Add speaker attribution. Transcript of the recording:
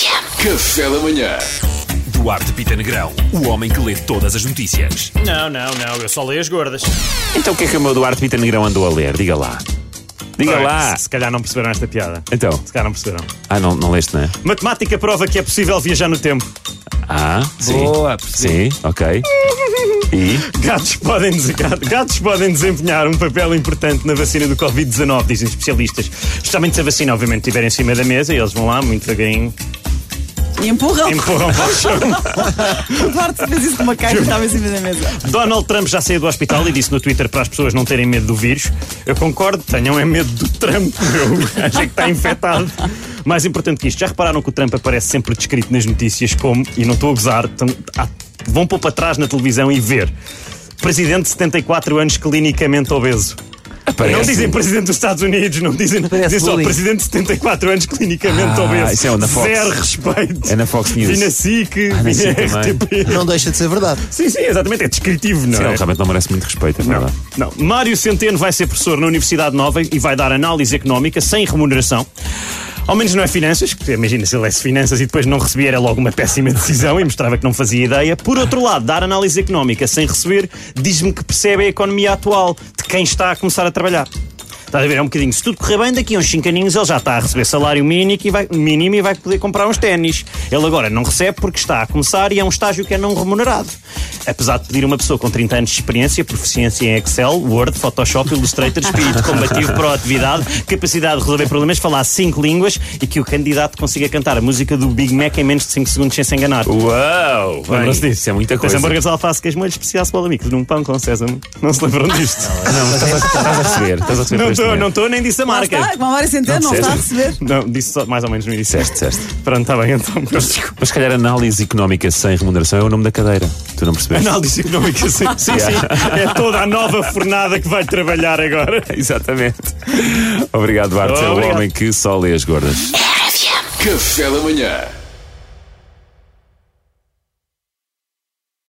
Speaker 1: Café da manhã.
Speaker 2: Duarte Pita Negrão, o homem que lê todas as notícias.
Speaker 3: Não, não, não, eu só leio as gordas.
Speaker 2: Então o que é que o meu Duarte Pita Negrão andou a ler? Diga lá. Diga lá.
Speaker 3: Se, se calhar não perceberam esta piada.
Speaker 2: Então.
Speaker 3: Se calhar não perceberam.
Speaker 2: Ah, não, não leste, não é?
Speaker 3: Matemática prova que é possível viajar no tempo.
Speaker 2: Ah, sim.
Speaker 4: Boa,
Speaker 2: Sim, ok. E?
Speaker 3: Gatos podem, dese- gato- gatos podem desempenhar um papel importante na vacina do Covid-19, dizem especialistas. Especialmente se a vacina, obviamente, estiver em cima da mesa e eles vão lá, muito devagarinho,
Speaker 5: E empurram.
Speaker 3: empurram para o chão.
Speaker 5: O Duarte fez isso com uma caixa que estava em cima da mesa.
Speaker 3: Donald Trump já saiu do hospital e disse no Twitter para as pessoas não terem medo do vírus. Eu concordo, tenham é medo do Trump, meu. O gajo é que está infectado. Mais importante que isto, já repararam que o Trump aparece sempre descrito nas notícias como, e não estou a gozar, tão- ah, vão pôr para trás na televisão e ver. Presidente de 74 anos clinicamente obeso. Não dizem presidente dos Estados Unidos, não dizem, dizem só
Speaker 4: bullying.
Speaker 3: presidente de 74 anos clinicamente
Speaker 2: Ah,
Speaker 3: obeso.
Speaker 2: isso é o da Fox.
Speaker 3: Zero respeito.
Speaker 2: É na Fox News. Ah,
Speaker 3: Vi na SIC, vi
Speaker 2: SIC
Speaker 3: na
Speaker 2: também.
Speaker 3: RTP.
Speaker 4: Não deixa de ser verdade.
Speaker 3: Sim, sim, exatamente, é descritivo, não
Speaker 2: Sim,
Speaker 3: é?
Speaker 2: ele realmente não merece muito respeito, é
Speaker 3: Não,
Speaker 2: verdade.
Speaker 3: não. Mário Centeno vai ser professor na Universidade Nova e vai dar análise económica sem remuneração. Ao menos não é finanças, porque imagina se ele lesse finanças e depois não recebia, era logo uma péssima decisão e mostrava que não fazia ideia. Por outro lado, dar análise económica sem receber diz-me que percebe a economia atual de quem está a começar a trabalhar. Estás a ver? É um bocadinho. Se tudo correr bem, daqui a uns 5 aninhos ele já está a receber salário mínimo e, vai, mínimo e vai poder comprar uns ténis. Ele agora não recebe porque está a começar e é um estágio que é não remunerado. Apesar de pedir uma pessoa com 30 anos de experiência, proficiência em Excel, Word, Photoshop, Illustrator, espírito combativo, proatividade, capacidade de resolver problemas, falar 5 línguas e que o candidato consiga cantar a música do Big Mac em menos de 5 segundos sem se enganar.
Speaker 2: Uau!
Speaker 3: Lembram-se disso?
Speaker 2: Isso é muita
Speaker 3: Tens
Speaker 2: coisa.
Speaker 3: hambúrgueres, alface, queijo, molho especial, cebola mix, num pão com sésamo. Não se lembram disto?
Speaker 2: Ah, Não, mas estás a, estás a receber. Estás a receber
Speaker 3: Não
Speaker 2: por este
Speaker 3: estou, não
Speaker 2: momento.
Speaker 3: estou, nem disse a
Speaker 5: Lá
Speaker 3: marca.
Speaker 5: está, com a Mário Centeno, não, está a receber.
Speaker 3: Não, disse só mais ou menos no início.
Speaker 2: Disseste, disseste.
Speaker 3: Pronto, está bem então.
Speaker 2: Mas se calhar análise económica sem remuneração é o nome da cadeira. Tu não percebeste?
Speaker 3: Análise económica, sim. Sim, sim. É toda a nova fornada que vai trabalhar agora.
Speaker 2: Exatamente. Obrigado, Duarte. é o
Speaker 3: Obrigado.
Speaker 2: homem que só lê as gordas.
Speaker 1: Café da manhã.